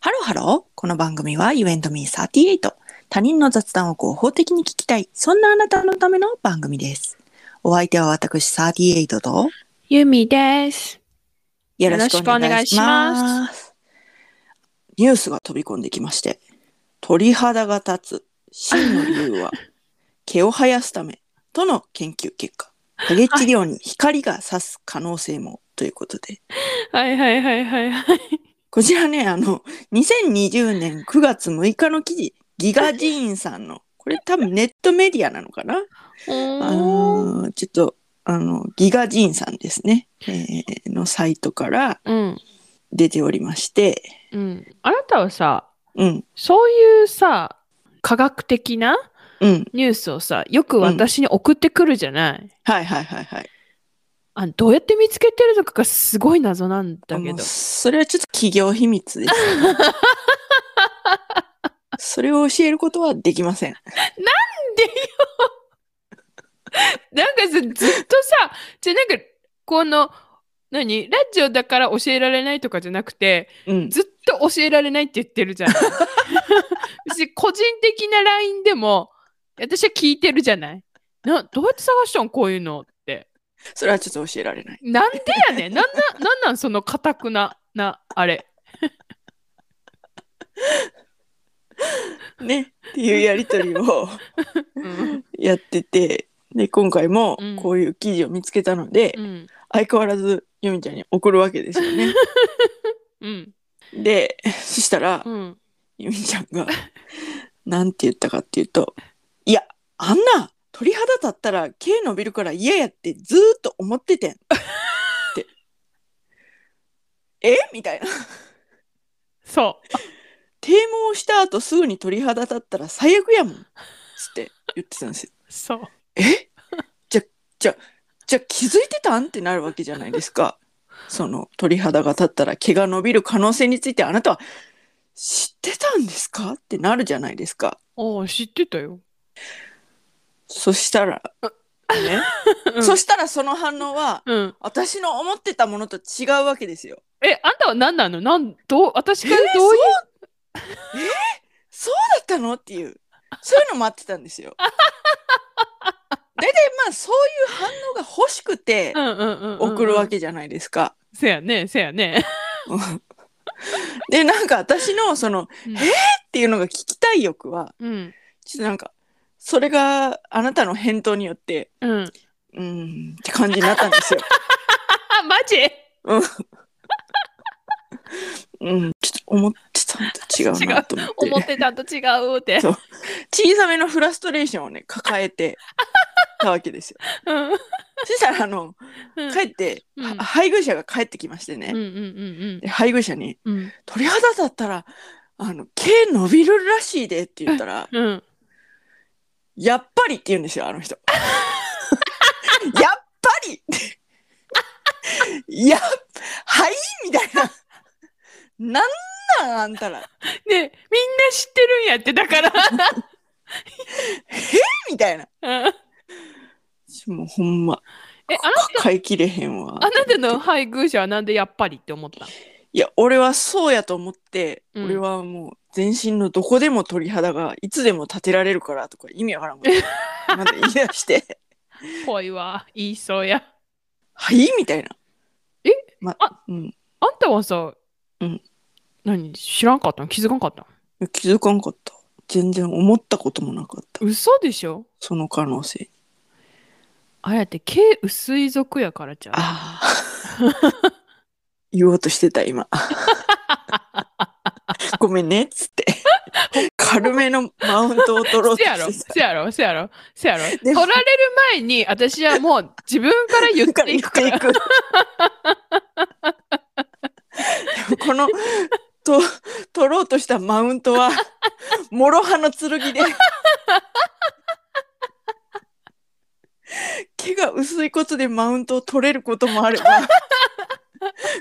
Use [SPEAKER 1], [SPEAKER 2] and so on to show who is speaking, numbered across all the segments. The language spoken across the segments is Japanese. [SPEAKER 1] ハロー。この番組は You and me38。他人の雑談を合法的に聞きたい。そんなあなたのための番組です。お相手は私38と
[SPEAKER 2] ゆみです。
[SPEAKER 1] よ
[SPEAKER 2] ろしくお願いします
[SPEAKER 1] ろしくお願いします。ニュースが飛び込んできまして、鳥肌が立つ真の理由は毛を生やすためとの研究結果。ハゲ治療に光が差す可能性もということで。
[SPEAKER 2] はいはいはいはいはい。
[SPEAKER 1] こちらね、あの、2020年9月6日の記事、ギガジーンさんの、これ多分ネットメディアなのかなあ
[SPEAKER 2] う
[SPEAKER 1] のーちょっと、あの、ギガジーンさんですね、えーのサイトから
[SPEAKER 2] ん。
[SPEAKER 1] 出ておりまして、
[SPEAKER 2] うん。あなたはさ、
[SPEAKER 1] うん、
[SPEAKER 2] そういうさ、科学的な
[SPEAKER 1] うん、
[SPEAKER 2] ニュースをさ、よく私に送ってくるじゃない、
[SPEAKER 1] はいはいはいはい。
[SPEAKER 2] あどうやって見つけてるのかがすごい謎なんだけ
[SPEAKER 1] もう
[SPEAKER 2] ど。
[SPEAKER 1] それはちょっと企業秘密 です、ね。それを教えることはできません。
[SPEAKER 2] なんかさ、ずっとさ、じゃあなんか、この、何ラジオだから教えられないとかじゃなくて、
[SPEAKER 1] うん、
[SPEAKER 2] ずっと教えられないって言ってるじ ゃない私個人的な LINE でも私は聞いてるじゃないなどうやって探したんこういうのって
[SPEAKER 1] それはちょっと教えられない。
[SPEAKER 2] なんでやねんなんななんなんそのかたくななあれ
[SPEAKER 1] ね、っていうやりとりを。
[SPEAKER 2] うん、
[SPEAKER 1] やっててで今回も
[SPEAKER 2] うん
[SPEAKER 1] こういう記事を見つけたので、
[SPEAKER 2] うん
[SPEAKER 1] 相変わらずユミちゃんに送るわけですよ ね。
[SPEAKER 2] うん
[SPEAKER 1] でそしたら、
[SPEAKER 2] うん
[SPEAKER 1] ユミちゃんがなんて言ったかっていうと「いやあんな鳥肌立ったら毛伸びるから嫌やってずーっと思っててん」って「えみたいな。
[SPEAKER 2] そ
[SPEAKER 1] 低毛した後すぐに鳥肌立ったら最悪やもん」つって言ってたんですよ。
[SPEAKER 2] うそう
[SPEAKER 1] えじゃじゃじゃ気づいてたんってなるわけじゃないですかその鳥肌が立ったら毛が伸びる可能性についてあなたは知ってたんですかってなるじゃないですか
[SPEAKER 2] おお知ってたよ、
[SPEAKER 1] そしたら、ね、
[SPEAKER 2] うん、
[SPEAKER 1] そしたらその反応は
[SPEAKER 2] うん
[SPEAKER 1] 私の思ってたものと違うわけですよ
[SPEAKER 2] えあんたは何なのなんどう私
[SPEAKER 1] え
[SPEAKER 2] からどういう、
[SPEAKER 1] そうえそうだったのっていうそういうの待ってたんです よ大体まあそういう反応が欲しくて
[SPEAKER 2] うんうんうんうんうん
[SPEAKER 1] 送るわけじゃないですか、
[SPEAKER 2] せやねせやね
[SPEAKER 1] うんでなんか私のそのっ
[SPEAKER 2] うん
[SPEAKER 1] ていうのが聞きたい欲は
[SPEAKER 2] うん
[SPEAKER 1] ちょっとなんかそれがあなたの返答によって
[SPEAKER 2] うん
[SPEAKER 1] うーんって感じになったんです よ。
[SPEAKER 2] あマジ
[SPEAKER 1] うん、ちょっと思ってたのと違うなと思って
[SPEAKER 2] 思ってたんと違うって
[SPEAKER 1] そう小さめのフラストレーションをね抱えてたわけです よ。
[SPEAKER 2] うん
[SPEAKER 1] そしたらあの
[SPEAKER 2] うん
[SPEAKER 1] 帰って、
[SPEAKER 2] うん
[SPEAKER 1] は配偶者が帰ってきましてね、
[SPEAKER 2] うんうん
[SPEAKER 1] で配偶者に
[SPEAKER 2] うんうん
[SPEAKER 1] 「鳥肌だったらあの毛伸びるらしいで」って言ったら。
[SPEAKER 2] うん
[SPEAKER 1] やっぱりって言うんですよ、あの人。 やっぱり やっ、はいみたいな。なんなんあんたら。
[SPEAKER 2] ねえみんな知ってるんやってだ から
[SPEAKER 1] みたいな。
[SPEAKER 2] うん
[SPEAKER 1] もうほんま、
[SPEAKER 2] えあな
[SPEAKER 1] 抱えきれへんわ。
[SPEAKER 2] あなたの配偶者はなんでやっぱりって思った
[SPEAKER 1] いや、俺はそうやと思って、
[SPEAKER 2] うん
[SPEAKER 1] 俺はもう全身のどこでも鳥肌がいつでも立てられるからとか意味わからんもん。まだ言い出して、
[SPEAKER 2] ぽいわ言いそうや
[SPEAKER 1] はいみたいな。
[SPEAKER 2] え
[SPEAKER 1] ま、
[SPEAKER 2] あ
[SPEAKER 1] うん。
[SPEAKER 2] あんたはさ、
[SPEAKER 1] うん、
[SPEAKER 2] 何知らんかったの気づかんかったの
[SPEAKER 1] 気づかんかった。全然思ったこともなかった。
[SPEAKER 2] 嘘でしょ
[SPEAKER 1] その可能性。
[SPEAKER 2] あれやって毛薄い族やからじゃん
[SPEAKER 1] ああ。 言おうとしてた、 今。ごめんね、っつって。軽めのマウントを取ろう
[SPEAKER 2] せ
[SPEAKER 1] と
[SPEAKER 2] やろ
[SPEAKER 1] してた。
[SPEAKER 2] せやろせやろせやろ
[SPEAKER 1] で
[SPEAKER 2] 取
[SPEAKER 1] も
[SPEAKER 2] られる前に私はもう自分から言っていくから
[SPEAKER 1] だから言っていくでも この、と、取ろうとしたマウントは、諸刃の剣で。 毛が薄いことでマウントを取れることもあれば、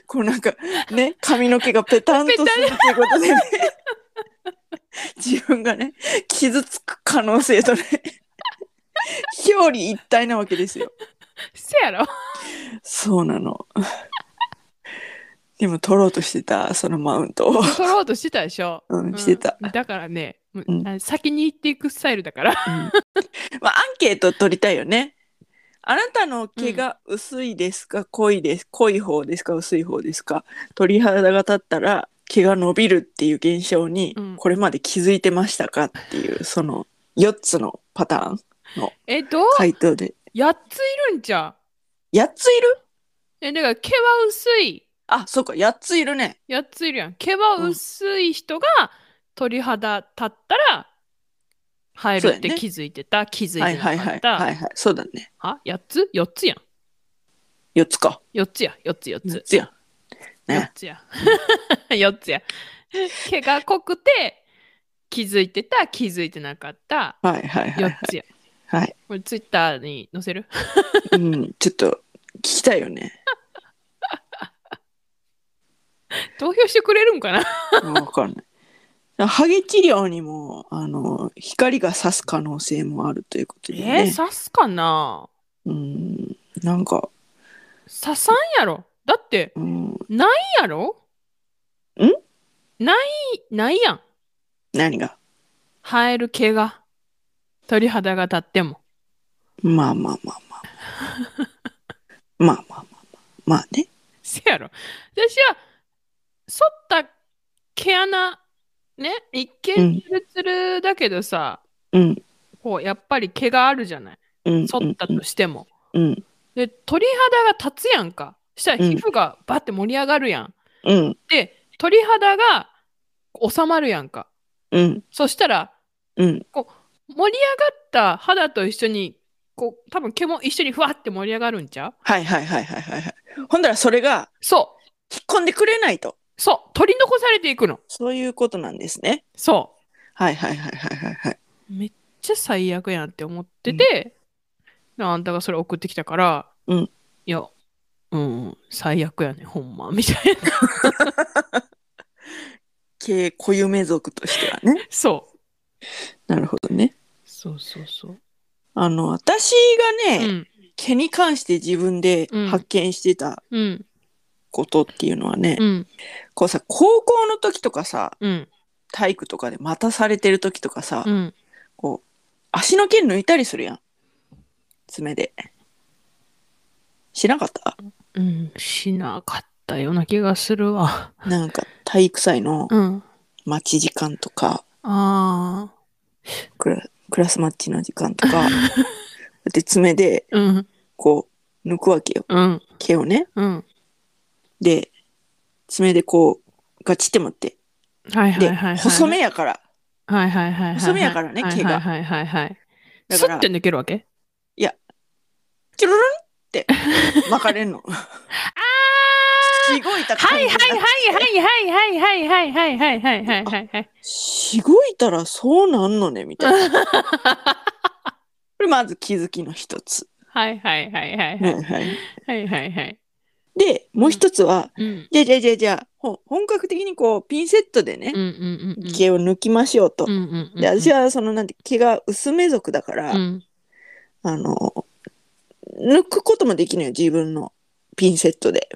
[SPEAKER 1] こうなんかね、髪の毛がペタンとするっていうことで ね、自分がね、傷つく可能性とね、表裏一体なわけですよ。
[SPEAKER 2] せやろ
[SPEAKER 1] そうなの。 でも取ろうとしてた、そのマウントを。
[SPEAKER 2] 取ろうとしてたでしょ。
[SPEAKER 1] う、
[SPEAKER 2] うんん
[SPEAKER 1] してた。
[SPEAKER 2] だからね、もう
[SPEAKER 1] うん
[SPEAKER 2] あ先に行っていくスタイルだから。
[SPEAKER 1] まあ、アンケート取りたいよね。あなたの毛が薄いですか、濃いです濃い方ですか薄い方ですか鳥肌が立ったら毛が伸びるっていう現象に
[SPEAKER 2] うん
[SPEAKER 1] これまで気づいてましたかっていう、その4つのパターン
[SPEAKER 2] えっと、どう
[SPEAKER 1] 回答で
[SPEAKER 2] 8ついるんじゃん。
[SPEAKER 1] 8ついる
[SPEAKER 2] え、だから毛は薄い。
[SPEAKER 1] あそうか8ついるね
[SPEAKER 2] 8ついるやん。毛は薄い人が鳥肌立ったら入るっ
[SPEAKER 1] そうや
[SPEAKER 2] て
[SPEAKER 1] ね
[SPEAKER 2] 気づいてた、気づい
[SPEAKER 1] はい
[SPEAKER 2] てなか
[SPEAKER 1] はいは
[SPEAKER 2] っ
[SPEAKER 1] い
[SPEAKER 2] た。
[SPEAKER 1] はいはいそうだね
[SPEAKER 2] あ、8つ ?4 つやん。
[SPEAKER 1] 4つか
[SPEAKER 2] 4つや、4つ4つ
[SPEAKER 1] 4。つやね
[SPEAKER 2] 4つや。4つや。毛が濃くて気づいてた、気づいてなかった。
[SPEAKER 1] はいはいはいは
[SPEAKER 2] 4
[SPEAKER 1] い
[SPEAKER 2] つや。
[SPEAKER 1] はい、
[SPEAKER 2] これツイッターに載せる
[SPEAKER 1] うん、ちょっと聞きたいよね
[SPEAKER 2] 投票してくれるんかな
[SPEAKER 1] わかんない。ハゲ治療にもあの光が差す可能性もあるということで
[SPEAKER 2] えー、
[SPEAKER 1] ね。
[SPEAKER 2] 刺すかな
[SPEAKER 1] うん、なんか、
[SPEAKER 2] 刺さんやろ。だって、
[SPEAKER 1] うん、
[SPEAKER 2] ないやろ
[SPEAKER 1] ん
[SPEAKER 2] ない、ないやん。
[SPEAKER 1] 何が、
[SPEAKER 2] 生える毛が。鳥肌が立っても。
[SPEAKER 1] まあまあまあまあ。まあまあまあまあ。まあね。
[SPEAKER 2] せやろ。私は、剃った毛穴、ね、一見ツルツルだけどさ、
[SPEAKER 1] うん、
[SPEAKER 2] こう、やっぱり毛があるじゃない。
[SPEAKER 1] うん、
[SPEAKER 2] 剃ったとしても。
[SPEAKER 1] うん、
[SPEAKER 2] で、鳥肌が立つやんか。したら皮膚がバッて盛り上がるやん。
[SPEAKER 1] うん、
[SPEAKER 2] で、鳥肌が収まるやんか。
[SPEAKER 1] うん、
[SPEAKER 2] そしたら、
[SPEAKER 1] うん、
[SPEAKER 2] 盛り上がった肌と一緒に、こう、多分毛も一緒にふわって盛り上がるんちゃう
[SPEAKER 1] はいはいはいはいはいはい。ほんだらそれが
[SPEAKER 2] そ
[SPEAKER 1] 引っ込んでくれないと、
[SPEAKER 2] う、そう、取り残されていくの。
[SPEAKER 1] そういうことなんですね。
[SPEAKER 2] そう。
[SPEAKER 1] はいはいはいはいはい はい。
[SPEAKER 2] めっちゃ最悪やんって思ってて、なあんたがそれ送ってきたから、
[SPEAKER 1] うん
[SPEAKER 2] いや、うんうん、最悪やねん、ほんま、み たいな。
[SPEAKER 1] 系固有名族としてはね。
[SPEAKER 2] そう。
[SPEAKER 1] なるほどね。
[SPEAKER 2] そうそうそう。
[SPEAKER 1] あの、私が
[SPEAKER 2] う
[SPEAKER 1] ね、
[SPEAKER 2] ん、
[SPEAKER 1] 毛に関して自分で発見してた
[SPEAKER 2] うん、
[SPEAKER 1] ことっていうのはね、
[SPEAKER 2] うん、
[SPEAKER 1] こうさ高校の時とかさ
[SPEAKER 2] うん、
[SPEAKER 1] 体育とかで待たされてる時とかさ、
[SPEAKER 2] うん。
[SPEAKER 1] こう足の毛抜いたりするやん爪でしなかった
[SPEAKER 2] うん、しなかったような気がするわ。
[SPEAKER 1] なんか体育祭の
[SPEAKER 2] うん。
[SPEAKER 1] 待ち時間とか
[SPEAKER 2] ああ。
[SPEAKER 1] クラクラスマッチの時間 とかで爪で
[SPEAKER 2] うん、
[SPEAKER 1] こう抜くわけよ
[SPEAKER 2] うん、
[SPEAKER 1] 毛をね
[SPEAKER 2] うん。
[SPEAKER 1] で爪でこうガチって持って
[SPEAKER 2] はいはい
[SPEAKER 1] で、
[SPEAKER 2] はいはい。
[SPEAKER 1] 細め。やから
[SPEAKER 2] はいはいはいはい。
[SPEAKER 1] 細めやからね毛が
[SPEAKER 2] はいはいはいはい。
[SPEAKER 1] だ
[SPEAKER 2] す
[SPEAKER 1] か
[SPEAKER 2] っ
[SPEAKER 1] ら
[SPEAKER 2] て抜けるわけ
[SPEAKER 1] チュルルン って巻かれんの
[SPEAKER 2] あ
[SPEAKER 1] しごいた感
[SPEAKER 2] は
[SPEAKER 1] じ
[SPEAKER 2] い
[SPEAKER 1] にな
[SPEAKER 2] は
[SPEAKER 1] っ
[SPEAKER 2] い
[SPEAKER 1] て
[SPEAKER 2] はいはいはいはいはいはいはいはいはいはい。
[SPEAKER 1] しごいたらそうなんのねみたいな。 これまず気づきの一つ。
[SPEAKER 2] はいはいは
[SPEAKER 1] は
[SPEAKER 2] いはいはい
[SPEAKER 1] いはい、
[SPEAKER 2] はいはいはい。
[SPEAKER 1] でもう一つは、
[SPEAKER 2] うん
[SPEAKER 1] じゃあじゃあじゃあじゃあほ本格的にこうピンセットでね
[SPEAKER 2] うんう、んうん。
[SPEAKER 1] 毛を抜きましょうと。
[SPEAKER 2] うんうんうん。
[SPEAKER 1] で私はそのなんて毛が薄め族だから、
[SPEAKER 2] うん
[SPEAKER 1] あの抜くこともできるよ自分のピンセットで。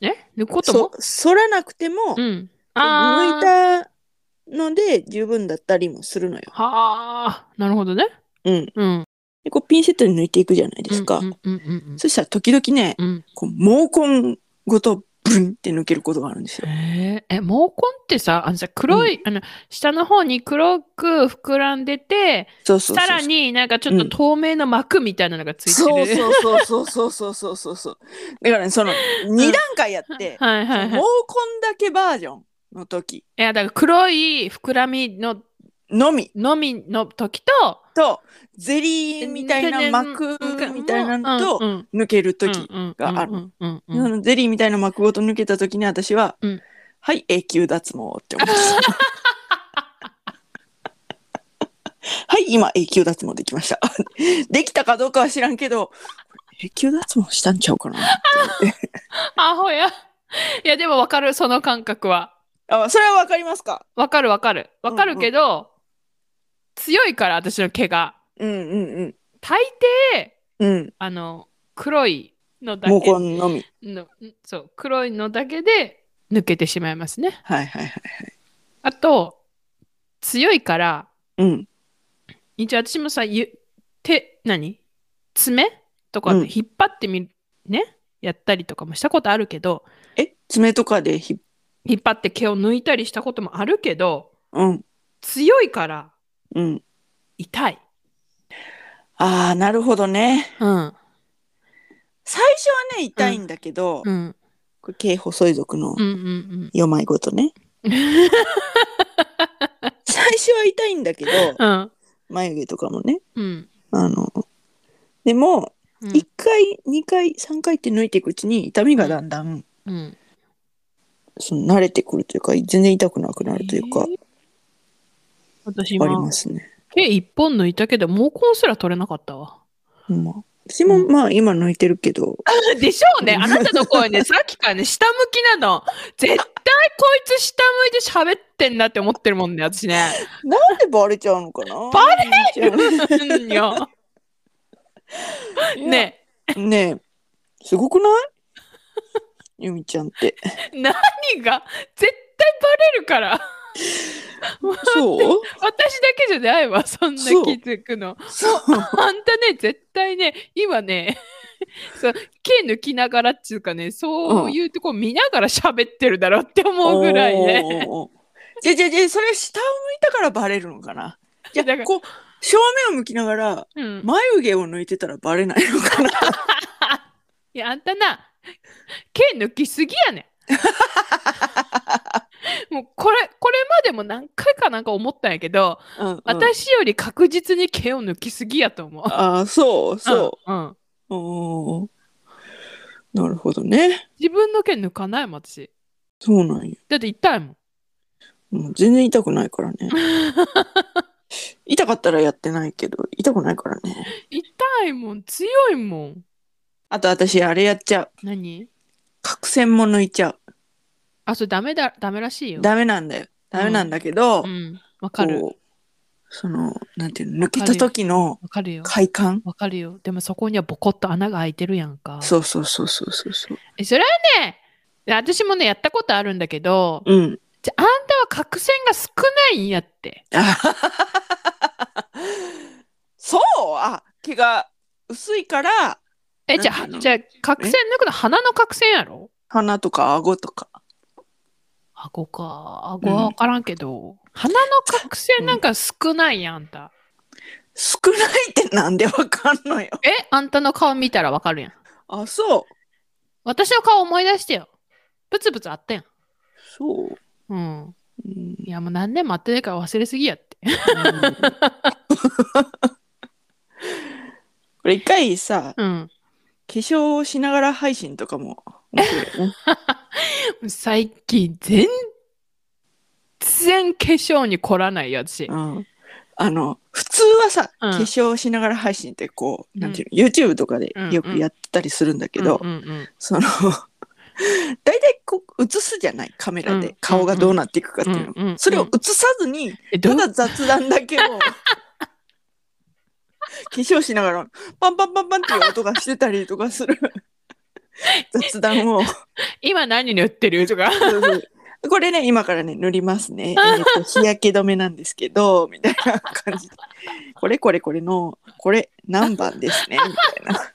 [SPEAKER 2] え抜くことも
[SPEAKER 1] そ剃らなくても、
[SPEAKER 2] うん。
[SPEAKER 1] 抜
[SPEAKER 2] あ
[SPEAKER 1] いた
[SPEAKER 2] ー
[SPEAKER 1] ので十分だったりもするのよ。
[SPEAKER 2] はあ。なるほどね。
[SPEAKER 1] うん、
[SPEAKER 2] うん。
[SPEAKER 1] でこうピンセットに抜いていくじゃないですか。
[SPEAKER 2] うんうんうん
[SPEAKER 1] そしたら時々ね、
[SPEAKER 2] うん。うん。
[SPEAKER 1] こう毛根ごとブンって抜けることがあるんですよ。
[SPEAKER 2] えーえ毛根ってさ、あのさ、黒い、あの、下の方に黒く膨らんでて、
[SPEAKER 1] そうそうそうそう。
[SPEAKER 2] さらになんかちょっと透明の膜みたいなのがついてる。
[SPEAKER 1] そうそうそうそうそうそうそうそう。だからね、その2段階やって、
[SPEAKER 2] はい
[SPEAKER 1] 毛
[SPEAKER 2] はい
[SPEAKER 1] 根
[SPEAKER 2] はい。
[SPEAKER 1] だけバージョンの時
[SPEAKER 2] いや、だから黒い膨らみの
[SPEAKER 1] のみ
[SPEAKER 2] のみの時と、
[SPEAKER 1] と、ゼリーみたいな膜みたいなのと
[SPEAKER 2] と
[SPEAKER 1] 抜ける時。がある
[SPEAKER 2] る。うんうん
[SPEAKER 1] そのゼリーみたいな膜ごと抜けた時に私は、
[SPEAKER 2] うん
[SPEAKER 1] はい、永久脱毛って思いま した。はい、今永久脱毛できました。 できたかどうかは知らんけど、永久脱毛したんちゃうかなって思って
[SPEAKER 2] アホや。い や、でもわかる、その感覚は。
[SPEAKER 1] あ、それはわかりますか
[SPEAKER 2] わかるわかる。わかるけど、強いから、私の毛が。
[SPEAKER 1] うんうん
[SPEAKER 2] 大抵、
[SPEAKER 1] うん。うん。
[SPEAKER 2] あの、黒い、のだ
[SPEAKER 1] 毛
[SPEAKER 2] け
[SPEAKER 1] 根のみ。
[SPEAKER 2] のそう黒いのだけで抜けてしまいますね
[SPEAKER 1] はいはいはい。
[SPEAKER 2] あと強いから
[SPEAKER 1] うん。
[SPEAKER 2] 一応私もさゆ手何爪とか
[SPEAKER 1] うん
[SPEAKER 2] で引っ張ってみる、ねやったりとかもしたことあるけど
[SPEAKER 1] え、爪とかでひ、
[SPEAKER 2] 引っ張って毛を抜いたりしたこともあるけど
[SPEAKER 1] うん、
[SPEAKER 2] 強いから
[SPEAKER 1] うん。
[SPEAKER 2] 痛い、
[SPEAKER 1] ああ、なるほどね。
[SPEAKER 2] うん
[SPEAKER 1] 最初はね、痛いんだけど、
[SPEAKER 2] うん、
[SPEAKER 1] これ、軽細族の
[SPEAKER 2] うんうん
[SPEAKER 1] 4枚ごとね。
[SPEAKER 2] うん
[SPEAKER 1] 最初は痛いんだけど、
[SPEAKER 2] うん
[SPEAKER 1] 眉毛とかもね。
[SPEAKER 2] うん
[SPEAKER 1] あの、でも、
[SPEAKER 2] うん
[SPEAKER 1] 1回、2回、3回って抜いていくうちに、痛みがだんだん、
[SPEAKER 2] うん
[SPEAKER 1] その慣れてくるというか、全然痛くなくなるというか、
[SPEAKER 2] えー私
[SPEAKER 1] あり
[SPEAKER 2] 今
[SPEAKER 1] ますね。
[SPEAKER 2] 毛一本抜いたけど毛根すら取れなかったわ
[SPEAKER 1] まあ、私も、
[SPEAKER 2] うん
[SPEAKER 1] まあ、今抜いてるけ ど、
[SPEAKER 2] でしょうねあなたの 声ねさっきからね下向きなの絶対こいつ下向いて喋ってんなって思ってるもんね私ね
[SPEAKER 1] なんでバレちゃうのかな
[SPEAKER 2] バ
[SPEAKER 1] レ
[SPEAKER 2] うんよね
[SPEAKER 1] ねえ、すごくないゆみちゃん って。
[SPEAKER 2] え何が絶対バレるから
[SPEAKER 1] そう
[SPEAKER 2] 私だけじゃないわそんな気
[SPEAKER 1] そう
[SPEAKER 2] づくの
[SPEAKER 1] そう。
[SPEAKER 2] あんたね絶対ね今ねそう毛抜きながらっていうかねそういうとこ見ながら喋ってるだろうって思うぐらいね
[SPEAKER 1] おーおーおー。じゃじゃじゃそれは下を向いたからバレるのかなじゃ
[SPEAKER 2] だから
[SPEAKER 1] こう、正面を向きながら、
[SPEAKER 2] うん
[SPEAKER 1] 眉毛を抜いてたらバレないのか な
[SPEAKER 2] いやあんたな毛抜きすぎやね んもうこれこれまでも何回かなんか思ったんやけど、
[SPEAKER 1] うんうん、
[SPEAKER 2] 私より確実に毛を抜きすぎやと思う
[SPEAKER 1] ああ、そう、そ
[SPEAKER 2] うん、うん
[SPEAKER 1] う。おーなるほどね。
[SPEAKER 2] 自分の毛抜かないもん私
[SPEAKER 1] そうなんよ。
[SPEAKER 2] だって痛いもん
[SPEAKER 1] もう全然痛くないから ね。痛かったらやってないけど、痛くないからね。
[SPEAKER 2] 痛いもん強いもん
[SPEAKER 1] あと私、あれやっちゃう。
[SPEAKER 2] 何
[SPEAKER 1] 角栓も抜いちゃう。
[SPEAKER 2] あそれダメだダメらしいよ
[SPEAKER 1] ダメなんだよ。ダメなんだけど、
[SPEAKER 2] うんわかる
[SPEAKER 1] こうその、なんていうの、抜けた時の
[SPEAKER 2] わかるよ
[SPEAKER 1] 快感
[SPEAKER 2] わかるよでもそこにはボコッと穴が開いてるやんか
[SPEAKER 1] そうそうそうそうそうそう。
[SPEAKER 2] えそれはね私もねやったことあるんだけど
[SPEAKER 1] うん。
[SPEAKER 2] じゃああんたは角栓が少ないんやって
[SPEAKER 1] あはははそうあ、毛が薄いから、
[SPEAKER 2] えじゃ
[SPEAKER 1] なん
[SPEAKER 2] あ
[SPEAKER 1] ていうの
[SPEAKER 2] じゃあ角栓抜くの鼻の角栓やろ
[SPEAKER 1] 鼻とか顎とか。
[SPEAKER 2] 顎か顎は分からんけど、鼻の角栓なんか少ないやんあんた
[SPEAKER 1] 少ないってなんでわかんのよ。
[SPEAKER 2] えあんたの顔見たらわかるやん
[SPEAKER 1] あ、そう。
[SPEAKER 2] 私の顔思い出してよブツブツあったやん
[SPEAKER 1] そう。
[SPEAKER 2] う
[SPEAKER 1] う
[SPEAKER 2] ん
[SPEAKER 1] ん
[SPEAKER 2] いやもう何年もあってないから忘れすぎやって
[SPEAKER 1] これ一回さ、
[SPEAKER 2] うん
[SPEAKER 1] 化粧をしながら配信とかも面白いよね。
[SPEAKER 2] 最近全然化粧に凝らないよ私
[SPEAKER 1] うんあの普通はさ、
[SPEAKER 2] うん
[SPEAKER 1] 化粧しながら配信ってこう、
[SPEAKER 2] うん
[SPEAKER 1] なんていうの YouTube とかで
[SPEAKER 2] うんうん
[SPEAKER 1] よくやったりするんだけど、
[SPEAKER 2] うんうん
[SPEAKER 1] その 大体こう映すじゃないカメラ
[SPEAKER 2] う
[SPEAKER 1] で
[SPEAKER 2] ん
[SPEAKER 1] 顔がどうなっていくかっていうの、
[SPEAKER 2] うんうん
[SPEAKER 1] それを映さずに
[SPEAKER 2] えど
[SPEAKER 1] ただ
[SPEAKER 2] う
[SPEAKER 1] 雑談だけを 化粧しながらパンパンパンパンっていう音がしてたりとかす る雑談を
[SPEAKER 2] 今何塗ってるとか
[SPEAKER 1] そうそうこれね、今からね、塗りますね。えーと日焼け止めなんですけど、みたいな感じで。これこれこれの、これ何番ですね、みたいな。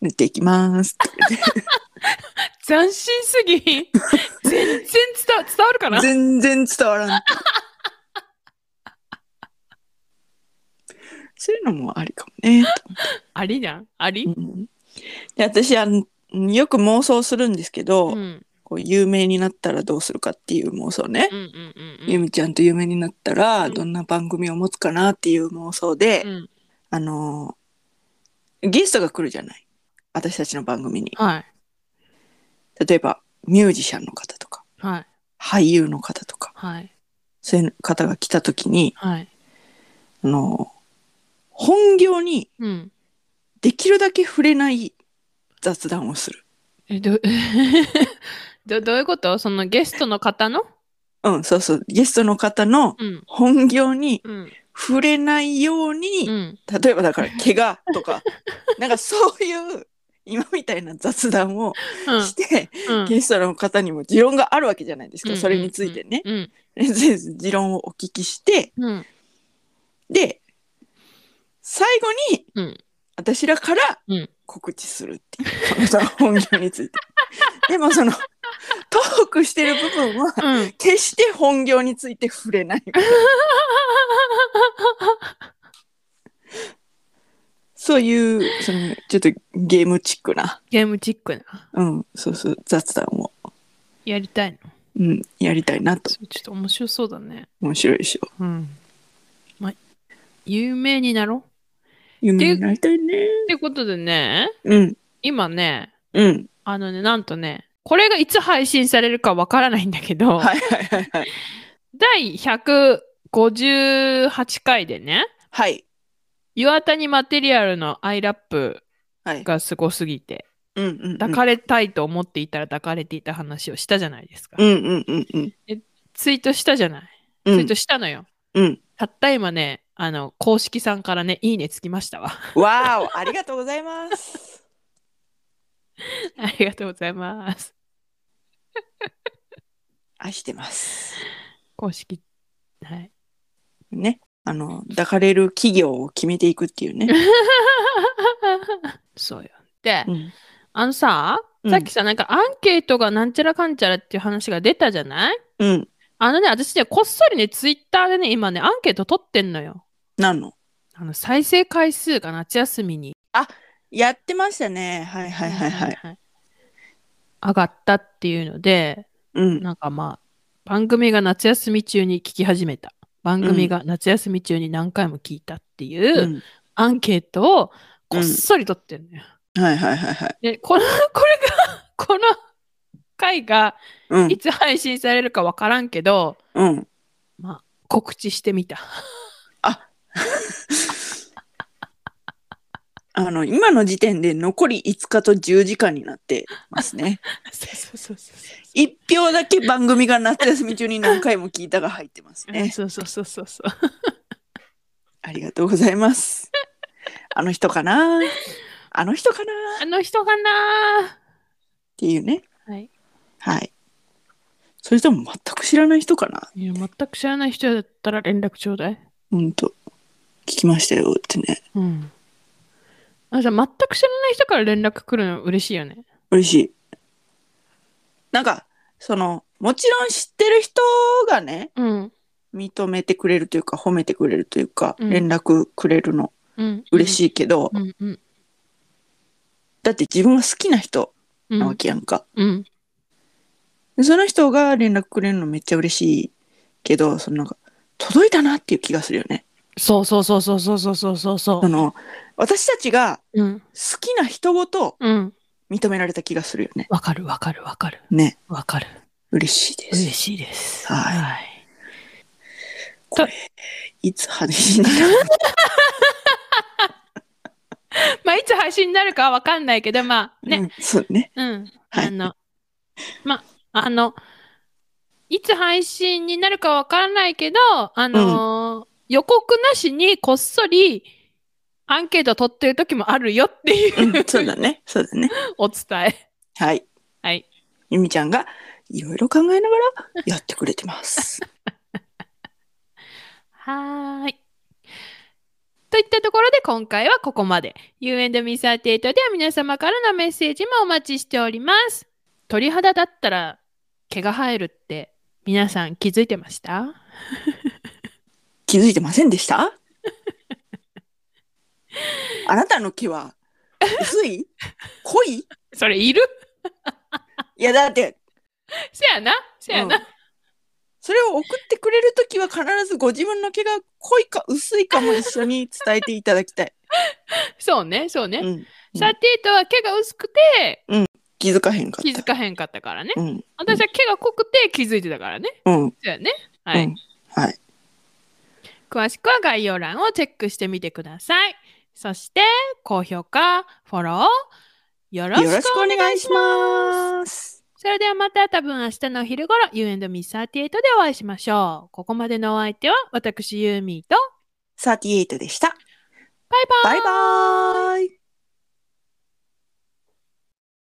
[SPEAKER 1] 塗っていきます。
[SPEAKER 2] 斬新す ぎん全然伝わ伝わるかな
[SPEAKER 1] 全然伝わらん。そういうのもありかもね。
[SPEAKER 2] ありなんあり
[SPEAKER 1] うんで私あの、よく妄想するんですけど、
[SPEAKER 2] うん
[SPEAKER 1] こう有名になったらどうするかっていう妄想ね。
[SPEAKER 2] うんうんうんうん
[SPEAKER 1] ゆみちゃんと有名になったら
[SPEAKER 2] うん
[SPEAKER 1] どんな番組を持つかなっていう妄想で、
[SPEAKER 2] うん
[SPEAKER 1] あのーゲストが来るじゃない私たちの番組に
[SPEAKER 2] はい
[SPEAKER 1] 例えばミュージシャンの方とか
[SPEAKER 2] はい
[SPEAKER 1] 俳優の方とか
[SPEAKER 2] はい
[SPEAKER 1] そういう方が来た時に、
[SPEAKER 2] はい
[SPEAKER 1] あのー本業に
[SPEAKER 2] うん
[SPEAKER 1] できるだけ触れない雑談をする
[SPEAKER 2] えど どどういうことそのゲストの方の
[SPEAKER 1] うんそうそうゲストの方の
[SPEAKER 2] うん
[SPEAKER 1] 本業に
[SPEAKER 2] うん
[SPEAKER 1] 触れないように、
[SPEAKER 2] うん
[SPEAKER 1] 例えばだから怪我とかなんかそういう今みたいな雑談を
[SPEAKER 2] うん
[SPEAKER 1] して、
[SPEAKER 2] うん
[SPEAKER 1] ゲストの方にも持論があるわけじゃないですか、
[SPEAKER 2] うん
[SPEAKER 1] それについてね。
[SPEAKER 2] うん
[SPEAKER 1] 全然持論をお聞きして
[SPEAKER 2] うん
[SPEAKER 1] で最後に、
[SPEAKER 2] うん
[SPEAKER 1] 私らから
[SPEAKER 2] うん
[SPEAKER 1] 告知するっていう、その本業につ いて。でもそのトークしてる部分は
[SPEAKER 2] うん
[SPEAKER 1] 決して本業について触れない。そういうそのちょっとゲームチックな、
[SPEAKER 2] ゲームチックな
[SPEAKER 1] うん、そうそう雑談を、
[SPEAKER 2] やりたいの
[SPEAKER 1] うん、やりたいなと
[SPEAKER 2] それちょっと面白そうだね
[SPEAKER 1] 面白いでしょ。
[SPEAKER 2] うんまあ有名になろう
[SPEAKER 1] 夢になりたいね。
[SPEAKER 2] ってことでね
[SPEAKER 1] うん
[SPEAKER 2] 今ね
[SPEAKER 1] うん
[SPEAKER 2] あのねなんとねこれがいつ配信されるかわからないんだけど、
[SPEAKER 1] はいはいはいはい
[SPEAKER 2] 第158回でね
[SPEAKER 1] はい
[SPEAKER 2] 岩谷マテリアルのアイラップ
[SPEAKER 1] はい。
[SPEAKER 2] がすごすぎて
[SPEAKER 1] うんうんうん
[SPEAKER 2] 抱かれたいと思っていたら抱かれていた話をしたじゃないですか、
[SPEAKER 1] うんうんうんうん
[SPEAKER 2] ツイートしたじゃないツ
[SPEAKER 1] う
[SPEAKER 2] イ
[SPEAKER 1] ん
[SPEAKER 2] ートしたのよ、
[SPEAKER 1] うん。
[SPEAKER 2] たった今ねあの公式さんからねいいねつきましたわ
[SPEAKER 1] わーお、ありがとうございます。
[SPEAKER 2] ありがとうございます
[SPEAKER 1] 愛してます。
[SPEAKER 2] 公式はい
[SPEAKER 1] ね。あの、抱かれる企業を決めていくっていうね。
[SPEAKER 2] そうよで、
[SPEAKER 1] うん
[SPEAKER 2] あのさ
[SPEAKER 1] うん
[SPEAKER 2] さっきさ、なんかアンケートがなんちゃらかんちゃらっていう話が出たじゃない
[SPEAKER 1] うん。
[SPEAKER 2] あのね私ねこっそりねツイッターでね今ねアンケート取ってんのよ
[SPEAKER 1] なんの
[SPEAKER 2] あの再生回数が夏休みに
[SPEAKER 1] やってましたね。はいはいはいはい。
[SPEAKER 2] はい上がったっていうので
[SPEAKER 1] うん。
[SPEAKER 2] なんかまあ番組が夏休み中に聞き始めた番組が夏休み中に何回も聞いたっていう、
[SPEAKER 1] うん
[SPEAKER 2] アンケートをこっそり取ってんのよ。
[SPEAKER 1] はいはいはいはい。
[SPEAKER 2] でこの これがこの回が
[SPEAKER 1] うん
[SPEAKER 2] い。つ配信されるかわからんけど
[SPEAKER 1] うん。
[SPEAKER 2] 告知してみた。
[SPEAKER 1] あの、今の時点で残り5日と10時間になってますね。
[SPEAKER 2] そうそうそうそう
[SPEAKER 1] 1票だけ番組が夏休み中に何回も聞いたが入ってます
[SPEAKER 2] うん
[SPEAKER 1] ね。
[SPEAKER 2] そうそうそうそうそう。
[SPEAKER 1] ありがとうございます。あの人かなあの人かなっ
[SPEAKER 2] あの人かな
[SPEAKER 1] ていうね。
[SPEAKER 2] はい。
[SPEAKER 1] はい。それとも全く知らない人かない
[SPEAKER 2] や全く知らない人だったら連絡ちょうだい。
[SPEAKER 1] ほんと。聞きましたよってね。
[SPEAKER 2] うん。あじゃあ全く知らない人から連絡来るの嬉しいよね。
[SPEAKER 1] 嬉しい。なんか、その、もちろん知ってる人がね、
[SPEAKER 2] うん。
[SPEAKER 1] 認めてくれるというか、褒めてくれるというか、
[SPEAKER 2] うん
[SPEAKER 1] 連絡くれるの
[SPEAKER 2] うん。
[SPEAKER 1] 嬉
[SPEAKER 2] い。
[SPEAKER 1] しいけど、
[SPEAKER 2] うんうん。
[SPEAKER 1] だって自分は好きな人
[SPEAKER 2] う
[SPEAKER 1] なわ
[SPEAKER 2] ん。
[SPEAKER 1] けやんか。
[SPEAKER 2] うん。
[SPEAKER 1] でその人が連絡くれるのめっちゃ嬉しいけど、そのなんか、届いたなっていう気がするよね。
[SPEAKER 2] そうそうそうそうそうそうそうそうそ
[SPEAKER 1] その、私たちが
[SPEAKER 2] う。うん。
[SPEAKER 1] 好きな人ごと
[SPEAKER 2] うん。
[SPEAKER 1] 認められた気がするよね。
[SPEAKER 2] わかるわかるわかる。
[SPEAKER 1] ね。
[SPEAKER 2] わかる。
[SPEAKER 1] 嬉しいです。
[SPEAKER 2] 嬉しいです。
[SPEAKER 1] はい
[SPEAKER 2] はい。
[SPEAKER 1] いつ話になる
[SPEAKER 2] まあ、いつ配信になるかはわかんないけど、まあ、ね。
[SPEAKER 1] ね。そうね。
[SPEAKER 2] うん。
[SPEAKER 1] はい
[SPEAKER 2] あの、まあ、あの、いつ配信になるかわからないけど、あのー予告なしにこっそりアンケート取ってる時もあるよっていう
[SPEAKER 1] うん、そうだね。そうだね。
[SPEAKER 2] お伝え。
[SPEAKER 1] はい。
[SPEAKER 2] はい。
[SPEAKER 1] ゆみちゃんがいろいろ考えながらやってくれてます。
[SPEAKER 2] はーい。といったところで今回はここまで。U&Me38 では皆様からのメッセージもお待ちしております。鳥肌だったら毛が生えるって皆さん気づいてました
[SPEAKER 1] 気づいてませんで したあなたの毛は薄い濃いい
[SPEAKER 2] それいる
[SPEAKER 1] やだって、
[SPEAKER 2] せやな せやな、
[SPEAKER 1] うんそれを送ってくれるときは必ずご自分の毛が濃いか薄いかも一緒に伝えていただきた い。
[SPEAKER 2] そうねそうね、
[SPEAKER 1] うん、
[SPEAKER 2] サーティートは毛が薄くて
[SPEAKER 1] 気づかへんかった。
[SPEAKER 2] 気づかへんかったからね
[SPEAKER 1] うん、
[SPEAKER 2] 私は毛が濃くて気づいてたからね
[SPEAKER 1] うん、
[SPEAKER 2] そうやねはい、
[SPEAKER 1] うんはい。
[SPEAKER 2] 詳しくは概要欄をチェックしてみてくださいそして高評価フォローよろし
[SPEAKER 1] よろし
[SPEAKER 2] く
[SPEAKER 1] く
[SPEAKER 2] お
[SPEAKER 1] お
[SPEAKER 2] 願
[SPEAKER 1] 願
[SPEAKER 2] い
[SPEAKER 1] い
[SPEAKER 2] し
[SPEAKER 1] し
[SPEAKER 2] ます
[SPEAKER 1] ます。
[SPEAKER 2] それではまた多分明日のお昼頃 You and me38 でお会いしましょうここまでのお相手は私ユーミーと
[SPEAKER 1] 38でした。
[SPEAKER 2] バイバーイ
[SPEAKER 1] バイバーイ。